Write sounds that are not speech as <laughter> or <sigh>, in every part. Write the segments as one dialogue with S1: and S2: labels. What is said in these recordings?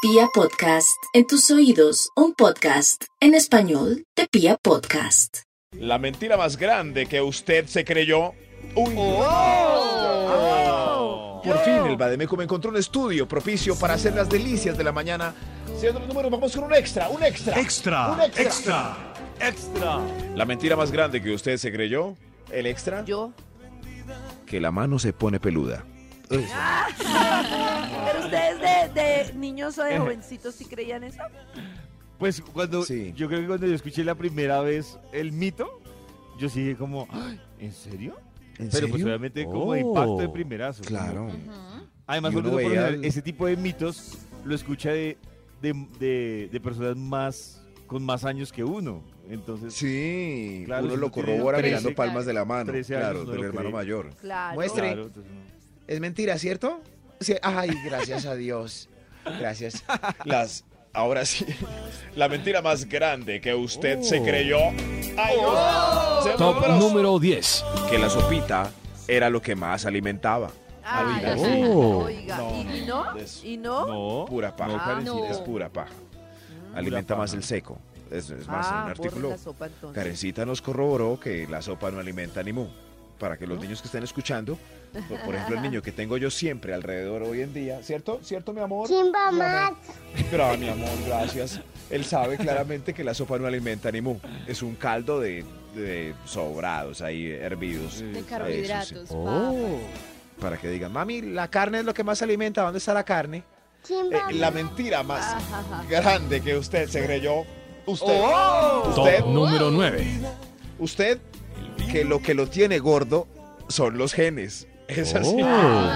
S1: Pia Podcast, en tus oídos, un podcast en español de Pia Podcast.
S2: La mentira más grande que usted se creyó. Un... Por fin, el Bademeco me encontró un estudio propicio para hacer las delicias de la mañana. Siendo los números, vamos con un extra, un extra.
S3: Extra,
S2: Un extra.
S3: extra, extra.
S2: La mentira más grande que usted se creyó. El extra.
S4: Yo.
S2: Que la mano se pone peluda.
S4: Pero ustedes de, de niños o de jovencitos sí creían eso.
S3: Pues cuando
S2: Sí.
S3: yo creo que cuando yo escuché la primera vez el mito, yo sí dije como, "Ay, ¿en serio?
S2: ¿En
S3: Pero pues
S2: serio?
S3: obviamente como de
S2: Oh.
S3: impacto de primerazo.
S2: Claro.
S3: Además,
S2: Y uno
S3: porque uno por lo
S2: veía
S3: general
S2: el-
S3: ese tipo de mitos lo escucha de, de, de- de personas más con más años que uno. Entonces,
S2: Sí,
S3: Claro,
S2: uno
S3: si
S2: lo
S3: uno tiene
S2: corrobora
S3: 13,
S2: mirando palmas de la mano.
S3: 13 años,
S2: Claro,
S3: no
S2: del
S3: lo
S2: hermano
S3: cree.
S2: mayor.
S4: Claro.
S5: Muestre.
S3: claro, entonces no.
S5: Es mentira, ¿cierto? Sí, Ay, gracias a Dios. Gracias.
S2: Las. Ahora sí. La mentira más grande que usted se creyó. Ay, Dios.
S6: Top
S2: Números.
S6: número 10.
S2: Que la sopita era lo que más alimentaba.
S4: Ay,
S2: Había-
S4: sí,
S6: Oh.
S4: Ah, Oiga, ¿y, y no?
S2: Eso.
S4: ¿Y no?
S3: No, <laughs>
S2: Pura paja.
S3: no,
S4: Ah,
S3: Karencita.
S4: no.
S2: Es pura paja. Alimenta
S3: Pura
S2: más
S3: paja.
S2: el seco. Es, es más, en
S4: ah,
S2: un
S4: borren
S2: artículo.
S4: la sopa entonces.
S2: Karencita nos corroboró que la sopa no alimenta ni mu. Para que los niños que estén escuchando, por, por ejemplo, el niño que tengo yo siempre alrededor hoy en día, ¿cierto? ¿Cierto, mi amor?
S7: Chimba
S2: Claro.
S7: más.
S2: Pero, mi amor, gracias. Él sabe claramente que la sopa no alimenta ni mu. Es un caldo de, de sobrados ahí, hervidos.
S8: De
S2: Eso sí.
S8: carbohidratos.
S4: Oh.
S2: Para que digan, mami, la carne es lo que más alimenta. ¿Dónde está la carne? Eh,
S7: Chimba
S2: la mentira más
S8: Ah.
S2: grande que usted se creyó. Usted. Usted.
S6: Top número 9.
S2: Usted. Que lo que lo tiene gordo son los genes. Es así.
S6: Oh.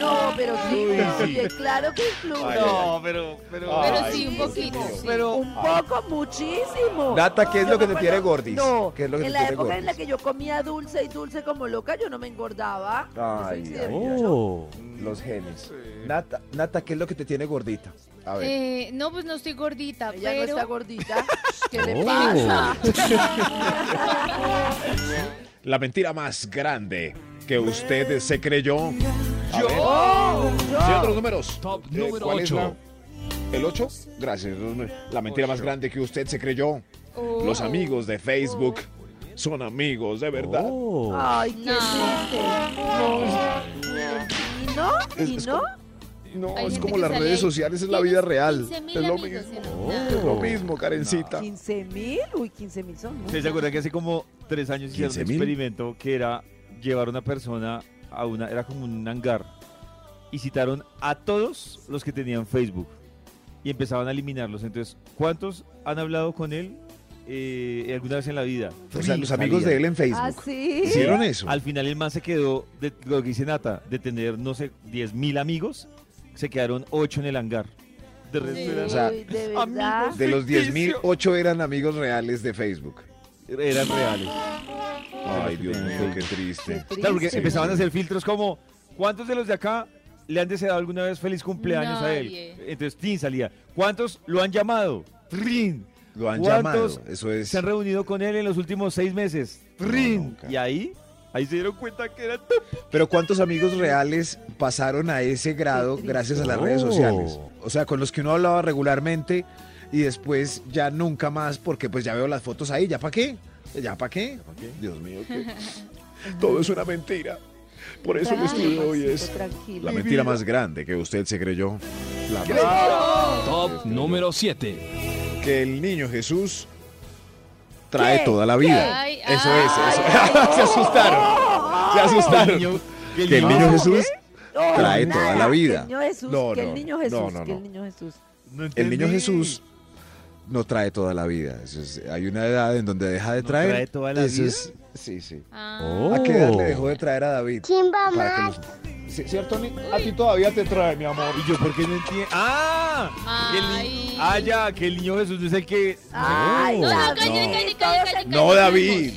S4: No, pero sí,
S3: Uy,
S4: no,
S3: sí.
S4: sí, claro que incluye.
S3: No, pero, pero,
S7: Ah.
S8: Pero
S2: Ay,
S8: sí, un
S2: Dios
S8: poquito.
S2: mío.
S8: sí.
S3: pero
S4: Un poco, muchísimo.
S2: Nata, ¿qué es
S4: Yo
S2: lo que
S4: me
S2: te tiene
S4: acuerdo-
S2: gordis?
S4: No,
S2: ¿Qué es lo que te
S4: en la
S2: tiene
S4: época en la
S2: gordis?
S4: que yo comía dulce y dulce como loca, yo no me engordaba. Eso
S2: Ay,
S4: sí,
S2: ay,
S4: mucho.
S2: Oh. Los genes. Nata, Nata, ¿qué es lo que te tiene gordita? A ver.
S8: Eh, no, pues no estoy gordita,
S4: Ella no
S8: pero
S4: está gordita. ¿Qué le
S6: Oh.
S4: pasa?
S2: La mentira más grande que usted se creyó. A ver. Sí, otros números.
S6: Top
S2: Eh,
S6: número
S2: ¿cuál es la-
S6: 8.
S2: ¿El 8? Gracias. La mentira más grande que usted se creyó.
S8: Oh.
S2: Los amigos de Facebook son amigos, de verdad.
S3: Oh.
S4: Ay, qué
S8: No.
S4: triste. ¿Y no?
S2: Es-
S4: ¿Y
S2: es
S4: no?
S2: No,
S8: Hay
S2: es
S8: gente
S2: como
S8: que
S2: las
S8: sale
S2: redes
S8: ahí,
S2: sociales, es la
S8: "Tienes
S2: vida real.
S8: 15.000
S2: Es lo
S8: amigos
S2: mismo.
S8: en una-
S2: Es lo mismo, Karencita.
S4: 15 mil, uy, 15 mil son muchos.
S3: ¿Ustedes se acuerdan que hace como tres años hicieron un
S2: 15.000?
S3: experimento que era llevar a una persona a una, era como un hangar, y citaron a todos los que tenían Facebook y empezaban a eliminarlos? Entonces, ¿cuántos han hablado con él eh, alguna vez en la vida?
S2: O sea, los
S3: Uy,
S2: amigos
S3: sabía.
S2: de él en
S4: ¿Ah,
S2: Facebook.
S4: sí?
S2: ¿Hicieron eso?
S3: Al final el man se quedó, de lo que dice Nata, de tener, no sé, 10.000 amigos, se quedaron ocho en el hangar. De resto
S8: Sí.
S3: eran-
S2: O sea,
S4: Uy, de verdad.
S3: amigos.
S2: De los 10.000,
S3: ficticio.
S2: 8 eran amigos reales de Facebook.
S3: eran reales.
S2: Ay, Dios mío, qué
S4: Qué
S2: triste.
S4: triste.
S3: Claro, porque empezaban a hacer filtros como, ¿cuántos de los de acá le han deseado alguna vez feliz cumpleaños
S8: Nadie.
S3: a él? Entonces, Tin salía. ¿Cuántos lo han llamado? Trin.
S2: Lo han
S3: ¿Cuántos
S2: llamado. Eso es.
S3: Se han reunido con él en los últimos seis meses.
S2: No,
S3: Trin.
S2: nunca.
S3: y ahí, ahí se dieron cuenta que era top.
S2: Pero ¿cuántos amigos reales pasaron a ese grado
S4: Qué triste.
S2: gracias a las redes sociales? O sea, con los que uno hablaba regularmente y después ya nunca más porque pues ya veo las fotos ahí, ¿ya para qué? ¿Ya para qué? Dios mío,
S4: <laughs>
S2: que todo es una mentira. Por eso el
S4: Tranquilo,
S2: estudio hoy
S4: Maxito,
S2: es
S4: Tranquilo.
S2: la mentira más grande que usted se creyó. La más-
S8: Oh.
S2: Oh. Este
S6: Top número 7.
S2: que el niño Jesús trae
S4: ¿Qué?
S2: toda la vida.
S8: Ay,
S2: Eso
S8: ay,
S2: es, eso. <laughs> se asustaron. Se asustaron. Que el niño Jesús
S4: No,
S2: trae
S4: nada,
S2: toda la vida.
S4: Que el niño Jesús,
S2: No,
S4: que el
S2: no,
S4: niño
S2: no,
S4: Jesús,
S2: no,
S4: que
S2: no.
S4: el niño Jesús.
S3: No
S2: El niño
S3: entendí.
S2: Jesús no trae toda la vida. Eso es- hay una edad en donde deja de
S3: ¿No
S2: traer.
S3: trae toda la
S2: Eso
S3: vida?
S2: es- sí, sí.
S8: Ah,
S2: ¿A qué edad le dejó de traer a David?
S7: Chimba
S2: Para que
S7: más.
S2: nos- Sí, ¿Cierto, Ni? A ti todavía te trae, mi amor.
S3: Y yo, ¿por qué no entiendo? Oh. ¡Ah! Que el ni-
S8: Ay.
S3: ¡Ah, ya! Que el niño Jesús es el que...
S4: Ay,
S8: No, no,
S4: David,
S8: calle, calle, calle,
S4: todos-
S8: calle,
S2: No,
S8: calle,
S2: David.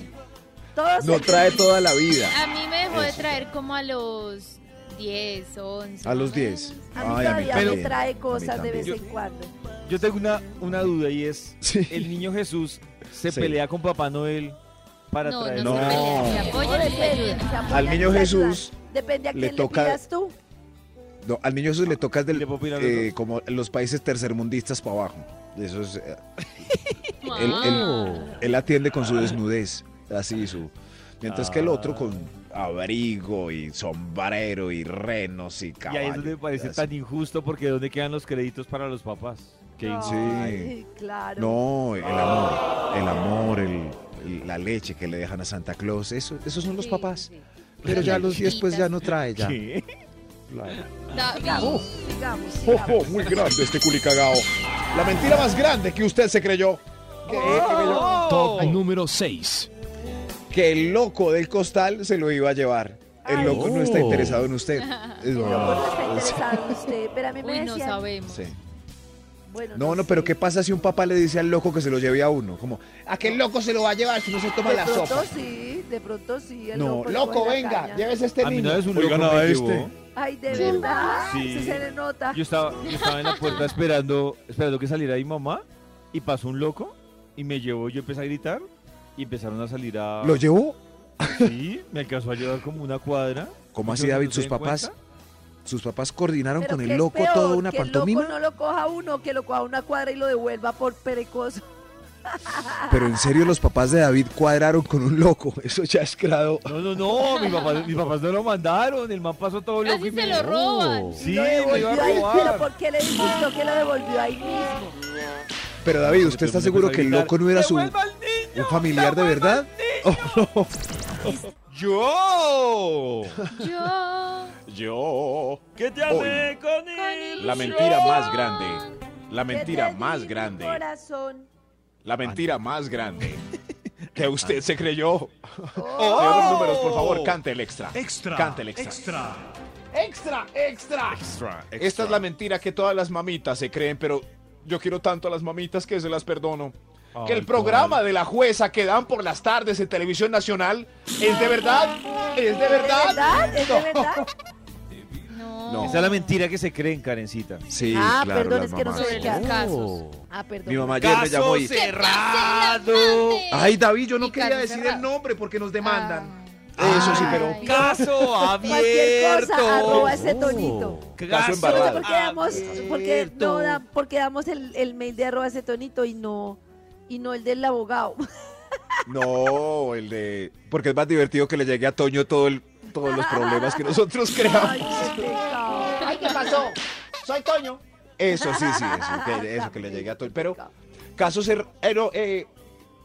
S4: todos
S2: No
S4: se-
S2: trae toda la vida.
S8: A mí me dejó de traer como a los 10, 11.
S2: A los 10.
S4: A mí
S2: Ay, a mí
S4: todavía me
S2: también. A
S4: trae
S2: mí
S4: cosas de
S2: también.
S4: vez en cuando.
S3: Yo tengo una, una duda y es...
S2: Sí.
S3: el niño Jesús se
S2: Sí.
S3: pelea con Papá Noel para
S8: No,
S3: traer.
S8: no,
S2: No.
S8: se pelean, se apoyan y se
S4: Depende,
S8: ayudan.
S4: se
S2: Al niño
S4: apoyan, se
S2: Jesús
S4: ayudan. Depende a
S2: le
S4: quién le
S2: toca-
S4: pidas tú.
S2: No, al niño eso le tocas del,
S3: Le puedo opinar
S2: eh,
S3: los dos.
S2: como los países tercermundistas para abajo. Eso es, eh,
S8: El, Ah.
S2: él atiende con su desnudez, así su. Mientras que el otro con abrigo y sombrero y renos y
S3: y
S2: caballo.
S3: ahí es donde me parece
S2: así.
S3: tan injusto porque ¿dónde quedan los créditos para los papás? Qué injusto.
S4: Ay, claro.
S2: No, el amor, el amor, el- el- la leche que le dejan a Santa Claus, eso, esos son los papás. Pero ya los 10 pues ya no trae ya.
S3: ¿Qué?
S8: David,
S4: Sigamos,
S2: Oh,
S4: sigamos.
S2: oh, muy grande este culicagao. La mentira más grande que usted se creyó. Que,
S4: Oh,
S6: Top número 6.
S2: que el loco del costal se lo iba a llevar. El
S4: Ay.
S2: loco no está
S6: Oh.
S2: interesado en usted. oh.
S4: No, no está interesado usted, pero a mí me
S8: uy, no
S4: decían-
S8: sabemos.
S2: Sí.
S4: Bueno,
S2: No, no, pero
S4: sé.
S2: ¿qué pasa si un papá le dice al loco que se lo lleve a uno? Como, ¿a qué loco se lo va a llevar si no se toma
S4: De
S2: la
S4: pronto
S2: sopa?
S4: sí, de pronto sí. el
S2: No,
S4: le
S2: loco,
S4: coge la
S2: venga,
S4: caña.
S2: llévese a este
S3: A mí
S2: niño.
S3: una vez un
S2: Oigan,
S3: loco
S2: a
S3: me
S2: este.
S3: llevó.
S4: Ay, de
S3: Sí.
S4: verdad.
S3: Sí.
S4: Se, se le nota.
S3: Yo estaba, yo estaba en la
S2: <laughs>
S3: puerta esperando, esperando que saliera mi mamá y pasó un loco y me llevó, yo empecé a gritar y empezaron a salir a...
S2: ¿Lo llevó?
S3: Sí, me alcanzó a llevar como una cuadra.
S2: ¿Cómo
S3: Yo
S2: así,
S3: no
S2: David?
S3: se
S2: ¿Sus
S3: den
S2: papás, sus papás coordinaron
S4: Pero
S2: con
S4: ¿qué
S2: el
S4: es
S2: loco
S4: peor?
S2: toda una
S4: que el
S2: pantomima?
S4: loco no lo coja uno, que lo coja una cuadra y lo devuelva por perecoso.
S2: Pero en serio, los papás de David cuadraron con un loco. <laughs> Eso ya es grado.
S3: No, no, no, mi papá- mis papás no lo mandaron, el man pasó todo loco
S8: Casi
S3: y me-
S8: se lo roban.
S2: Oh.
S3: Sí,
S4: lo
S3: me
S4: devolvió
S3: iba a
S4: ahí, pero
S3: robar.
S4: ¿por qué le disgustó que lo devolvió ahí mismo?
S2: Pero David, ¿usted está seguro que el loco no era su
S3: ¡Devuelva al
S2: un
S3: niño!
S2: familiar de verdad?
S3: ¡Yo!
S2: <laughs>
S8: Yo.
S7: Yo.
S3: ¿Qué te
S7: Hoy,
S3: haré con él?
S7: La mentira más grande. La mentira
S4: ¿Qué te
S7: más
S4: digo,
S7: grande.
S4: Corazón.
S7: La mentira más grande.
S2: <laughs>
S7: Que usted se creyó.
S4: Oh,
S7: Señor de los números, por favor, cante el extra.
S6: Extra.
S7: Cante el extra.
S6: Extra.
S7: Extra, extra. Esta es la mentira que todas las mamitas se creen, pero yo quiero tanto a las mamitas que se las perdono. que el programa de la jueza que dan por las tardes en Televisión Nacional es de verdad, es de
S4: ¿de
S7: verdad.
S4: verdad? ¿Es de verdad?
S8: No.
S2: No.
S3: Esa es la mentira que se creen, Karencita. Oh.
S2: Sí,
S4: Ah, perdón, es que no
S8: Sobre
S4: sé qué
S8: los casos.
S4: Ah, perdón.
S2: Mi mamá ayer me llamó y...
S3: cerrado.
S2: Ay, David, yo no
S8: Mi
S2: quería
S8: carne
S2: decir el
S4: Ah.
S8: cerrada.
S2: nombre porque nos demandan.
S8: Ah.
S2: Eso sí, pero...
S8: Ay.
S3: Caso
S4: Cualquier
S3: abierto.
S4: cosa, arroba ese
S3: Oh.
S4: tonito.
S7: Caso
S4: Yo no sé
S7: embarrado.
S4: por qué damos, porque no da- porque damos el, el mail de arroba ese tonito y no, y no el del abogado.
S2: No, el de... Porque es más divertido que le llegue a Toño todo el- todos los problemas que
S7: <laughs>
S2: nosotros creamos.
S4: <laughs> Ay, qué pecado.
S7: Ay, ¿qué pasó? Soy Toño.
S2: Eso sí, sí, eso
S4: <laughs>
S2: que, eso que le llegue a Toño. Pero caso, cer- eh, no, eh,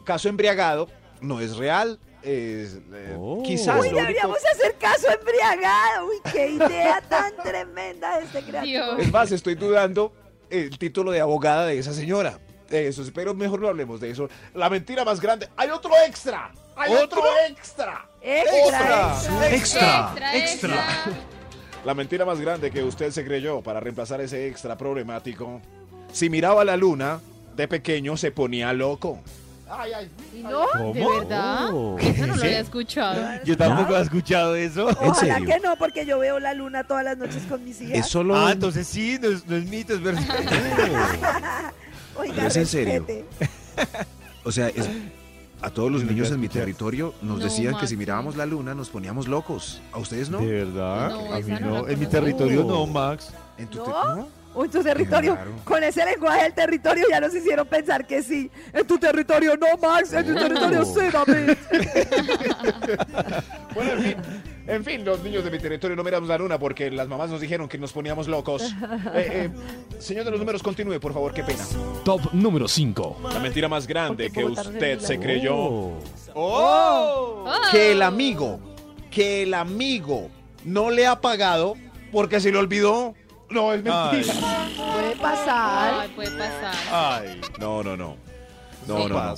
S2: caso embriagado no es real. es, eh, Quizás
S4: Uy,
S2: lo único-
S4: deberíamos hacer caso embriagado. Uy, qué idea <laughs> tan tremenda de este creativo.
S8: Dios.
S2: Es más, estoy dudando el título de abogada de esa señora. Eso, pero mejor no hablemos de eso.
S7: La mentira más grande. Hay otro extra. Hay
S2: ¿Otro?
S7: otro, extra.
S4: Extra, extra.
S8: Extra, extra.
S2: <laughs>
S7: La mentira más grande que usted se creyó para reemplazar ese extra problemático. Si miraba la luna, de pequeño se ponía loco. Ay, ay.
S4: Ah, ¿Y no?
S8: ¿De verdad? Eso no lo había escuchado.
S3: Yo tampoco he escuchado eso.
S4: Ojalá
S2: serio?
S4: que no, porque yo veo la luna todas las noches con mis hijas.
S2: Es solo.
S3: Ah, entonces sí, no es, no es mito, es <laughs> verdad.
S4: Oiga,
S2: Pero es en serio.
S4: respete.
S2: O sea, es- a todos los niños en mi territorio nos
S8: No,
S2: decían que si
S8: Maxi.
S2: mirábamos la luna nos poníamos locos. ¿A ustedes no?
S3: ¿De verdad?
S8: No,
S3: A
S8: esa
S2: Ah,
S3: mí
S8: no la
S3: no. En mi
S8: conozco.
S3: territorio no, Max.
S2: ¿En tu
S4: ¿No?
S2: territorio?
S4: O en tu territorio.
S2: Claro.
S4: Con ese lenguaje del territorio ya nos hicieron pensar que sí. En tu territorio no, Max. En tu territorio sí, David.
S7: Bueno, en fin. En fin, los niños de mi territorio no miramos la luna porque las mamás nos dijeron que nos poníamos locos.
S4: <laughs>
S7: Eh, eh, señor de los números, continúe, por favor, qué pena.
S6: Top número 5.
S7: La mentira más grande
S4: Porque
S7: que
S4: Bogotá no se
S7: usted
S4: mira.
S7: se creyó.
S8: Oh.
S2: Que el amigo, que el amigo no le ha pagado porque se le olvidó.
S7: No, es
S3: Ay,
S7: mentira.
S4: Puede pasar.
S8: Ay, puede pasar.
S2: Ah,
S3: ay.
S2: No, no, no. No, no,
S8: Sí.
S2: no.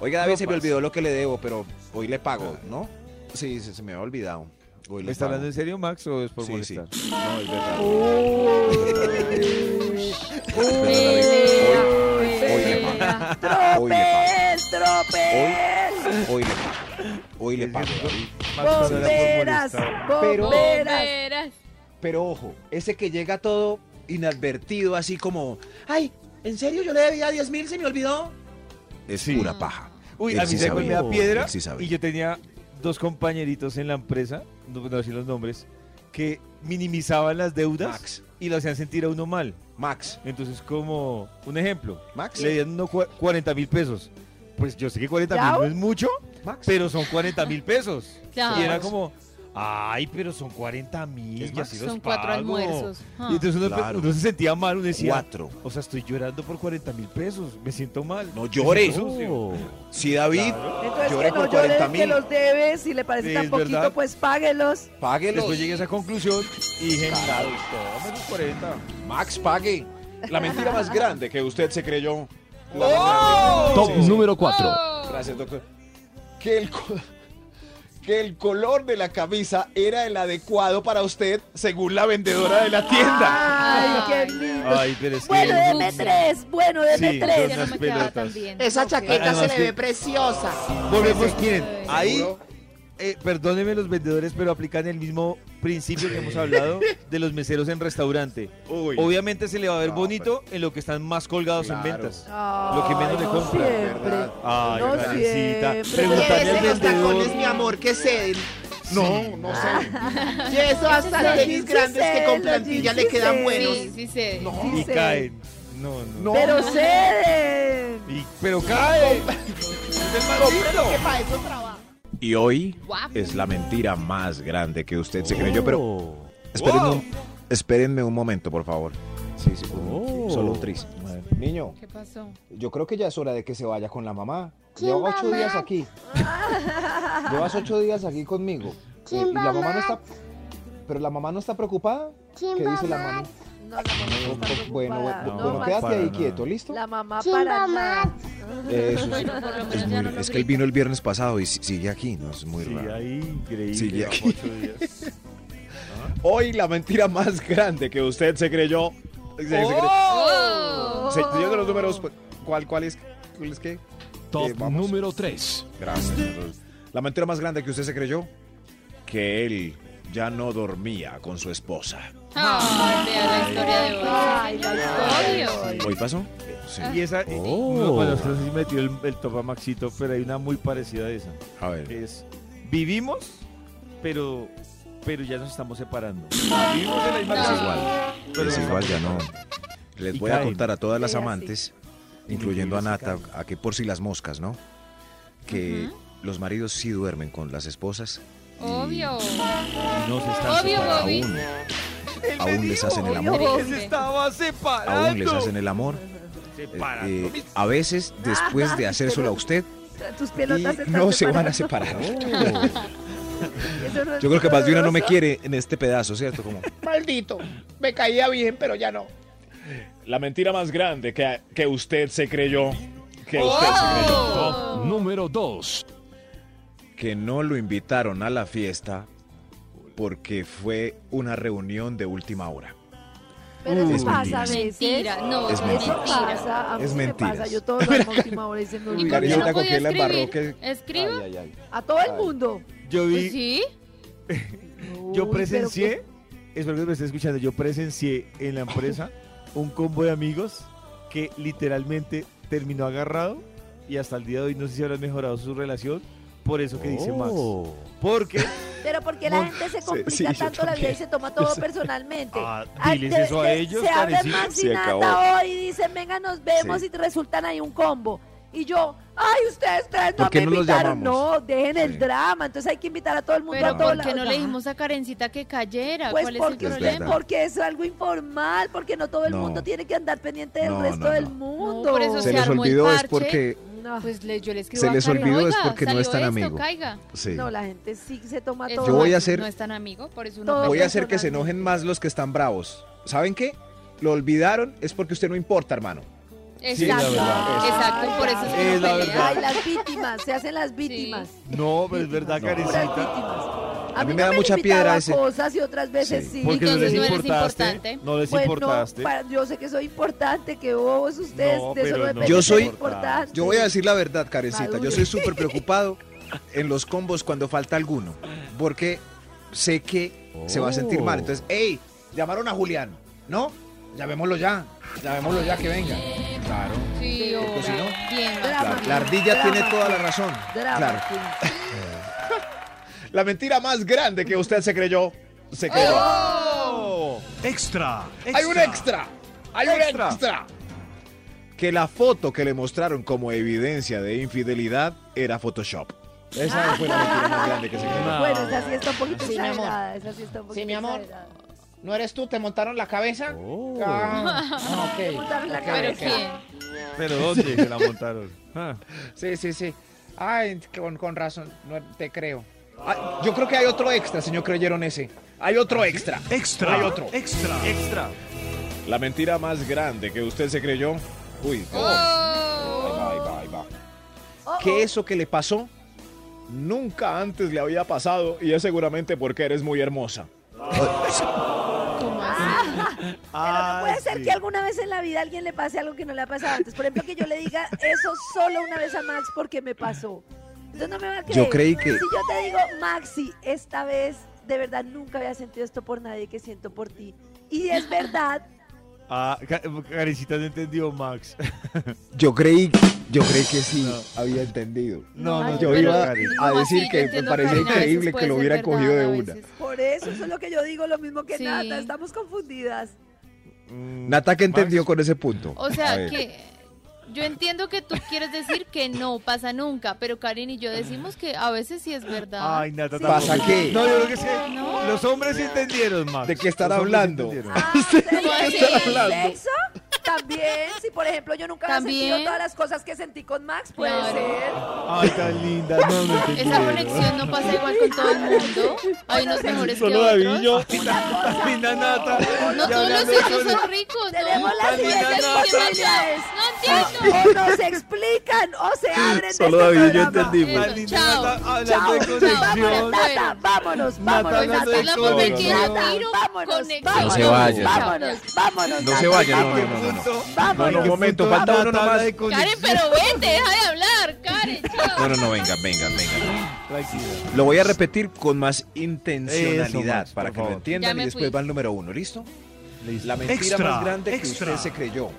S2: Oiga, David, se me olvidó lo que le debo, pero hoy le pago, ¿no? Sí, se, se me había olvidado. Hoy le
S3: ¿Me Ah. está
S2: pago.
S3: hablando en serio, Max, o es por
S2: pues Sí, sí.
S3: molestar?
S2: No, es verdad. Hoy
S8: Pelea, pelea.
S2: le pago.
S4: Tropez, tropez.
S2: Hoy le pago. Hoy le pago. David.
S3: Max, no era por
S4: Bomberas,
S3: molestar.
S2: Pero-
S4: bomberas.
S8: Bomberas.
S2: Pero ojo, ese que llega todo inadvertido, así como, ay, ¿en serio yo le debía 10 mil? ¿Se me olvidó? Es
S3: Sí.
S2: pura paja.
S3: Uy,
S2: Él
S3: a mí
S2: sí
S3: se me
S2: sabía.
S3: da piedra
S2: Él sí sabía.
S3: y yo tenía dos compañeritos en la empresa, no voy a decir los nombres, que minimizaban las deudas
S2: Max.
S3: y lo hacían sentir a uno mal.
S2: Max.
S3: Entonces, como un ejemplo,
S2: Max.
S3: le dieron uno cua- 40 mil pesos. Pues yo sé que 40 mil no es mucho,
S2: Max.
S3: pero son 40 mil pesos.
S8: Claro.
S3: Y era como, ay, pero son 40 mil,
S2: Es
S3: ya
S2: más,
S3: sí los
S8: Son cuatro
S3: pago".
S8: almuerzos. Ah.
S3: Y entonces uno, pe-
S2: Claro.
S3: uno se sentía mal, uno decía,
S2: Cuatro.
S3: o sea, estoy llorando por 40 mil pesos, me siento mal.
S2: No llores.
S3: Me siento sucio.
S2: Sí, David,
S4: Entonces,
S2: Lloré
S4: que
S2: por
S4: no llores
S2: 40.000.
S4: que los debes, si le parece
S3: Sí,
S4: tan
S3: es
S4: poquito,
S3: verdad.
S4: pues páguelos.
S2: páguelos.
S3: Después llegué a esa conclusión y dije,
S2: Claro.
S3: "No, menos 40.
S2: Max, pague. La mentira más grande que usted se creyó.
S3: ¡Oh!
S2: La más grande.
S9: Top número 4.
S8: Oh.
S2: Gracias, doctor. Que el, co- que el color de la camisa era el adecuado para usted según la vendedora de la tienda.
S4: Ay,
S8: Ay,
S4: qué lindo.
S3: Ay, pero es que...
S4: bueno,
S8: de
S4: deme tres, bueno, deme
S3: Sí,
S4: tres.
S3: yo Ah,
S8: Ya no me
S3: Unas
S8: quedaba
S3: pelotas.
S8: tan bien.
S5: Esa
S8: Ok.
S5: chaqueta
S3: Además
S5: se
S3: que-
S5: le ve preciosa.
S3: Volvemos, miren,
S8: Seguro.
S3: ahí, eh, perdónenme los vendedores, pero aplican el mismo principio que hemos hablado de los meseros en restaurante.
S2: Uy.
S3: Obviamente se le va a ver
S2: No,
S3: bonito en lo que están más colgados en
S2: Claro.
S3: ventas.
S4: Ay,
S3: Lo que menos le
S4: no
S3: compra,
S4: siempre.
S2: ¿verdad?
S3: Ay,
S4: No
S3: Karencita,
S4: siempre.
S3: preguntarle al
S5: Llévese los
S3: vendedor.
S5: tacones, mi amor, que ceden.
S2: No, no sé.
S5: Llévese hasta
S4: Los
S5: tenis
S4: jeans
S5: grandes que
S4: ceden,
S5: con
S4: los
S5: plantilla
S4: jeans
S5: le quedan
S4: ceden.
S5: buenos.
S8: Sí, sí sé.
S4: Sí
S3: Y
S4: sé.
S3: caen. No, no.
S2: No.
S4: Pero ceden.
S3: Y- pero caen.
S5: Que para eso trabaja.
S2: Y hoy
S8: Guapo.
S2: es la mentira más grande que usted se creyó, pero espérenme, un, espérenme un momento, por favor. Sí, sí, un-
S3: Oh.
S2: solo un tris. Niño,
S8: ¿Qué pasó?
S2: yo creo que ya es hora de que se vaya con la mamá. Lleva ocho días aquí. Llevas ocho días aquí conmigo. Eh, y la mamá no está. Pero la mamá no está preocupada. ¿Qué dice la mamá?
S4: <laughs> No, la mamá
S2: No,
S4: está
S2: po- Pues, bueno,
S4: preocupada.
S2: bueno,
S4: No,
S2: bueno,
S4: ma-
S2: quédate
S3: para
S2: ahí
S3: nada.
S2: quieto, ¿listo? Eh,
S4: La mamá para nada.
S2: Eso
S8: <laughs>
S2: sí.
S8: Bueno, por lo menos
S2: Es,
S8: ya
S2: muy-
S8: no lo
S2: es que él
S8: grita.
S2: vino el viernes pasado y si- sigue aquí, ¿no? Es muy
S3: Sí,
S2: raro.
S3: ahí, increíble.
S2: Sigue
S3: llevamos
S2: aquí.
S3: ocho días.
S2: <laughs> Hoy la mentira más grande que usted se creyó. Se, se creyó.
S8: Oh.
S2: Se creyó de los números. cu- ¿Cuál, cuál es? ¿Cuál es qué?
S9: Top
S2: Eh, vamos.
S9: número 3.
S2: Gracias. La mentira más grande que usted se creyó. Que él ya no dormía con su esposa.
S8: Ay, vea la historia de hoy.
S4: Ay,
S8: señor.
S4: la
S8: Obvio.
S2: ¿Hoy pasó? Sí.
S3: Y esa. eh, y-
S9: Oh.
S3: No, bueno, usted no sé si metió el, el top a Maxito, pero hay una muy parecida a esa.
S2: A ver.
S3: Es. Vivimos, pero. Pero ya nos estamos
S2: <laughs>
S3: separando. Vivimos en la misma
S8: No.
S2: Es
S3: casa,
S2: igual.
S3: pero
S2: Es
S3: nos
S2: igual,
S3: estamos
S2: ya no.
S3: separando.
S2: Les
S3: Y
S2: voy a
S3: caen.
S2: contar a todas las
S4: Sí, así.
S2: amantes, incluyendo a
S3: Incluidos y
S2: Nata,
S3: caen.
S2: a que por si las moscas, ¿no? Que
S8: Ujú.
S2: los maridos sí duermen con las esposas. y-
S8: Obvio.
S3: Nos estamos
S2: Pero
S8: Obvio,
S3: separando.
S8: Bobby.
S2: aún, aún les hacen el
S4: obvio,
S2: amor.
S4: Bobby.
S3: Que se estaba separando.
S2: Aún les hacen el amor. Eh, eh, a veces, después de hacérselo a
S8: <laughs>
S2: usted,
S4: Tus pelotas
S2: y
S4: están
S2: no se van a
S4: separadas.
S2: separar.
S4: <laughs> Eso no es
S2: Yo creo que más de una no me
S4: doloroso.
S2: quiere en este pedazo, ¿cierto? Como...
S5: Maldito. Me caía bien, pero ya no.
S2: La mentira más grande que, que usted se creyó. Que
S8: Oh.
S9: Número 2.
S2: Que no lo invitaron a la fiesta porque fue una reunión de última hora.
S4: Pero eso
S2: Es
S4: pasa
S2: mentira.
S4: a veces.
S8: Mentira, no,
S2: Es
S8: es
S2: mentira.
S4: Eso
S8: mentira.
S4: pasa, a mí
S2: Es
S4: sí me pasa.
S2: mentiras.
S4: Yo
S2: <laughs>
S4: todo lo hago a última hora diciendo,
S8: ¿Y
S4: "No,
S8: por qué
S2: Karencita,
S8: no
S4: no".
S2: con
S8: podía
S2: que la embarró,
S8: escribir? ¿Escriba?
S2: Ay, ay, ay.
S4: a todo el mundo.
S3: Yo vi.
S8: Pues sí.
S3: Yo
S4: Uy, pero pues
S3: presencié, espero que me esté escuchando, yo presencié en la
S4: <laughs>
S3: empresa un combo de amigos que literalmente terminó agarrado y hasta el día de hoy no sé si habrán mejorado su relación por eso que dice Max.
S4: Oh. <laughs>
S3: Porque
S4: Pero porque la gente se complica
S2: sí, yo
S4: tanto la vida
S2: también.
S4: y se toma todo personalmente.
S3: ah,
S4: Ay,
S3: diles
S4: de-
S3: eso a
S4: se-
S3: ellos,
S4: Se hablan
S3: Karencita.
S4: Max y
S2: Se
S4: Nata
S2: acabó.
S4: hoy y dicen, venga, nos vemos
S2: Sí.
S4: y resultan ahí un combo. Y yo, ay, ustedes tres no
S2: ¿Por qué
S4: me
S2: no los
S4: invitaron.
S2: llamamos?
S4: No, dejen
S2: Sí.
S4: el drama. Entonces hay que invitar a todo el mundo
S8: Pero
S4: a todos
S8: ¿por qué no
S4: lados.
S8: le
S4: Ajá.
S8: dijimos a Karencita que cayera?
S4: Pues
S8: ¿Cuál es el
S4: porque,
S2: Es
S8: problema?
S2: verdad.
S4: porque es algo informal, porque no todo el
S2: No.
S4: mundo tiene que andar pendiente del
S2: No,
S4: resto
S2: no,
S4: del
S2: no.
S4: mundo.
S8: No, por eso
S2: Se
S8: Se
S2: les
S8: armó el
S2: olvidó es
S8: parche.
S2: porque...
S4: No,
S8: Pues le, yo le escribo
S2: Se
S8: a
S2: les
S8: Karen,
S2: olvidó es
S8: "Oiga,
S2: porque no
S8: salió
S2: es tan
S8: esto,
S2: amigo".
S8: Caiga.
S2: Sí.
S4: no, la gente sí se toma
S8: Es
S4: todo.
S2: Yo voy a
S8: no-
S2: hacer-
S8: No es tan amigo, por eso
S4: Todo
S8: no
S2: Voy a hacer que se
S4: personalmente.
S2: enojen más los que están bravos. ¿Saben qué? Lo olvidaron es porque usted no importa, hermano.
S3: Sí, la verdad,
S8: Exacto, exacto, por eso es que
S3: Es
S8: no
S3: la
S8: pelea.
S3: verdad.
S4: Ay, las víctimas, se hacen las víctimas.
S3: no, pero es
S2: No.
S3: verdad,
S4: Puras
S3: Karencita.
S4: víctimas.
S2: A mí me da mucha
S4: invitaba
S2: piedra
S4: a
S2: ese-
S4: cosas y otras veces
S2: Sí.
S4: sí.
S3: Porque no les
S8: Entonces no eres
S3: importaste.
S8: importante.
S3: No les
S4: Bueno,
S3: importaste.
S4: Pues para- yo sé que soy importante, que bobos ustedes,
S3: No,
S4: de eso
S3: pero
S4: no
S3: no.
S4: depende,
S2: Yo
S4: ser
S2: soy-
S4: importante.
S2: Yo voy a decir la verdad, Karencita. Yo
S4: Madure.
S2: soy súper preocupado en los combos cuando falta alguno. Porque sé que se va a sentir mal. Entonces, hey, llamaron a Julián. ¿No? Llamémoslo ya. Llamémoslo ya que venga. Claro.
S8: Sí,
S2: Porque si
S8: ahora,
S2: no-
S8: bien,
S4: Claro.
S2: La,
S8: Maxito.
S2: la ardilla
S4: Drama.
S2: tiene toda la razón.
S4: Drama.
S2: Claro. La mentira más grande que usted se creyó. Se creyó.
S8: Oh.
S10: Extra.
S7: Hay un extra. Hay
S2: Extra.
S7: un extra.
S2: Que la foto que le mostraron como evidencia de infidelidad era Photoshop. Esa fue la mentira más grande que se creó.
S4: Bueno, esa sí está un poquito
S5: Sí, mi amor.
S4: exagerada, esa sí está un poquito
S5: mi amor.
S4: exagerada.
S5: ¿No eres tú? ¿Te montaron la cabeza?
S4: Oh.
S7: Oh.
S5: Ah,
S4: <laughs>
S5: ok,
S4: Te montaron la
S5: ok,
S8: ¿Pero
S5: ok.
S8: quién?
S3: Pero ¿dónde se la montaron? Ah,
S5: Sí, sí, sí. Ay, con, con razón, no te creo.
S2: Ah, yo creo que hay otro extra, si no creyeron ese. Hay otro extra.
S10: Extra.
S2: Hay otro.
S10: Extra.
S2: La mentira más grande que usted se creyó. Uy, no. Ahí va, ahí va, ahí va.
S4: Oh, oh.
S2: Que eso que le pasó nunca antes le había pasado y es seguramente porque eres muy hermosa.
S8: ¿Cómo así?
S2: Ah,
S4: Pero no puede ser que alguna vez en la vida a alguien le pase algo que no le ha pasado antes. Por ejemplo, que yo le diga eso solo una vez a Max porque me pasó. Entonces no me va a creer.
S2: Yo creí que-
S4: Si yo te digo, Maxi, esta vez de verdad nunca había sentido esto por nadie que siento por ti. Y es verdad,
S3: Ah, Ca- Karencita no entendió, Max.
S2: Yo creí, yo creí que sí había entendido.
S3: No,
S8: Ay,
S3: no,
S2: yo
S8: pero
S2: iba
S3: Karen.
S8: ¿cómo
S2: a decir
S8: así? Yo
S2: que me
S8: entiendo
S2: parecía
S8: Karen, a veces
S2: increíble que
S8: puede
S2: lo
S8: ser
S2: hubiera
S8: verdad,
S2: cogido de
S8: a
S2: una.
S8: veces.
S4: por eso, eso es lo que yo digo, lo mismo que
S8: Sí.
S4: Nata, estamos
S2: <laughs>
S4: confundidas.
S8: Mm.
S2: Nata, ¿qué entendió con ese punto?
S8: O
S2: A
S8: sea
S2: ver.
S8: que yo entiendo que tú quieres decir que no pasa nunca, pero Karen y yo decimos que a veces sí es verdad.
S3: Ay, Nata,
S4: Sí.
S3: tampoco.
S2: ¿Pasa qué?
S3: No, yo creo que es que
S8: No.
S3: los hombres sí entendieron, Max.
S2: ¿De qué están
S3: Los hombres
S2: hablando?
S3: entendieron.
S4: Ah, ¿ustedes
S8: ¿Cómo así?
S4: creen en el sexo? También, si por ejemplo yo nunca había
S8: También.
S4: sentido todas las cosas que sentí con Max, puede
S8: Claro.
S4: ser.
S3: Ay, tan linda. No, no entendieron.
S8: Esa conexión no pasa igual con todo el mundo. Hay unos mejores que
S3: Solo David y
S8: otros.
S3: yo. Tan linda Nata.
S8: No
S3: Ya
S8: todos los
S3: hablando de
S8: hechos
S3: cosas.
S8: son ricos, ¿no?
S4: Tenemos las
S3: Ay, mira,
S4: siguientes
S3: no, no, no.
S4: posibilidades.
S8: No
S4: O o nos explican o se abren
S2: Solo
S4: de
S2: David
S4: este
S2: y yo
S4: programa.
S2: entendimos.
S3: Tan linda
S8: Chao.
S3: Nata hablando
S4: Chao,
S3: de
S4: chao, vámonos,
S3: conexión.
S4: Nata, vámonos,
S3: Nata,
S4: vámonos,
S3: hablando
S4: Nata,
S3: de
S8: La
S3: conexión.
S8: mujer que yo
S4: Nata,
S8: tiro,
S4: vámonos,
S8: conexión.
S4: vámonos,
S8: No
S11: se vaya.
S4: Vámonos, vámonos,
S11: No se
S4: Nata,
S11: vaya, no, no,
S4: vámonos,
S11: no, no.
S4: vámonos.
S2: No, no, un momento,
S3: Nata
S2: falta uno
S3: habla
S2: nomás.
S3: de conexión.
S8: Karen, pero vete, deja de hablar, Karen. chao.
S11: No, no, no, venga, venga, venga.
S3: Tranquila.
S2: Lo voy a repetir con más intencionalidad
S3: Max,
S2: para
S3: por
S2: que lo
S3: favor.
S8: Ya
S2: entiendan
S8: me
S2: y después
S8: fui.
S2: va el número uno, ¿listo?
S3: Listo.
S2: La mentira
S10: Extra,
S2: más grande
S10: extra.
S2: que usted se creyó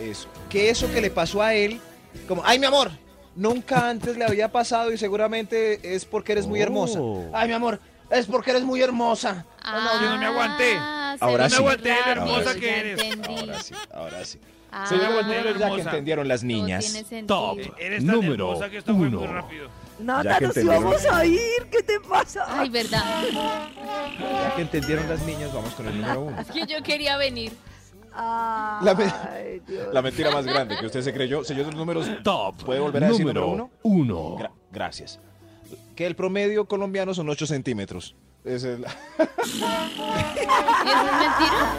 S2: es que eso que le pasó a él, como, ay mi amor, nunca antes le había pasado y seguramente es porque eres muy hermosa.
S3: Oh.
S5: Ay, mi amor, es porque eres muy hermosa.
S8: Ah,
S10: yo no me aguanté.
S8: se
S2: Ahora
S8: ve
S2: sí.
S8: muy
S2: No
S10: aguanté,
S2: me
S10: lo
S8: raro,
S10: hermosa
S8: ya
S10: que eres.
S8: entendí.
S2: Ahora sí, ahora sí.
S8: Ah,
S2: Se llama
S10: Nero
S2: ya que
S10: hermosa.
S2: entendieron las
S8: todo
S2: niñas.
S8: tiene sentido.
S6: Top
S10: Eres tan
S6: número
S10: hermosa que esto fue muy
S6: uno.
S10: rápido.
S2: Ya
S4: Nata,
S2: que
S4: nos
S2: entendieron.
S4: íbamos a ir, ¿qué te pasa?
S8: Ay, verdad.
S2: Ya que entendieron las niñas, vamos con el número uno.
S8: Es que yo quería venir.
S2: La me-
S4: Ay, Dios.
S2: La mentira más grande que usted se creyó, señor de los números,
S6: Top
S2: ¿Puede volver a decir número
S6: número uno.
S2: gra- gracias. Que el promedio colombiano son 8 centímetros. Es, el-
S8: ¿Y eso es mentira?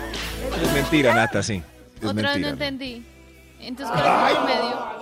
S2: es mentira, Nata, sí. Es
S8: Otra vez no
S2: mentira.
S8: entendí. Entonces, ¿cuál es el promedio?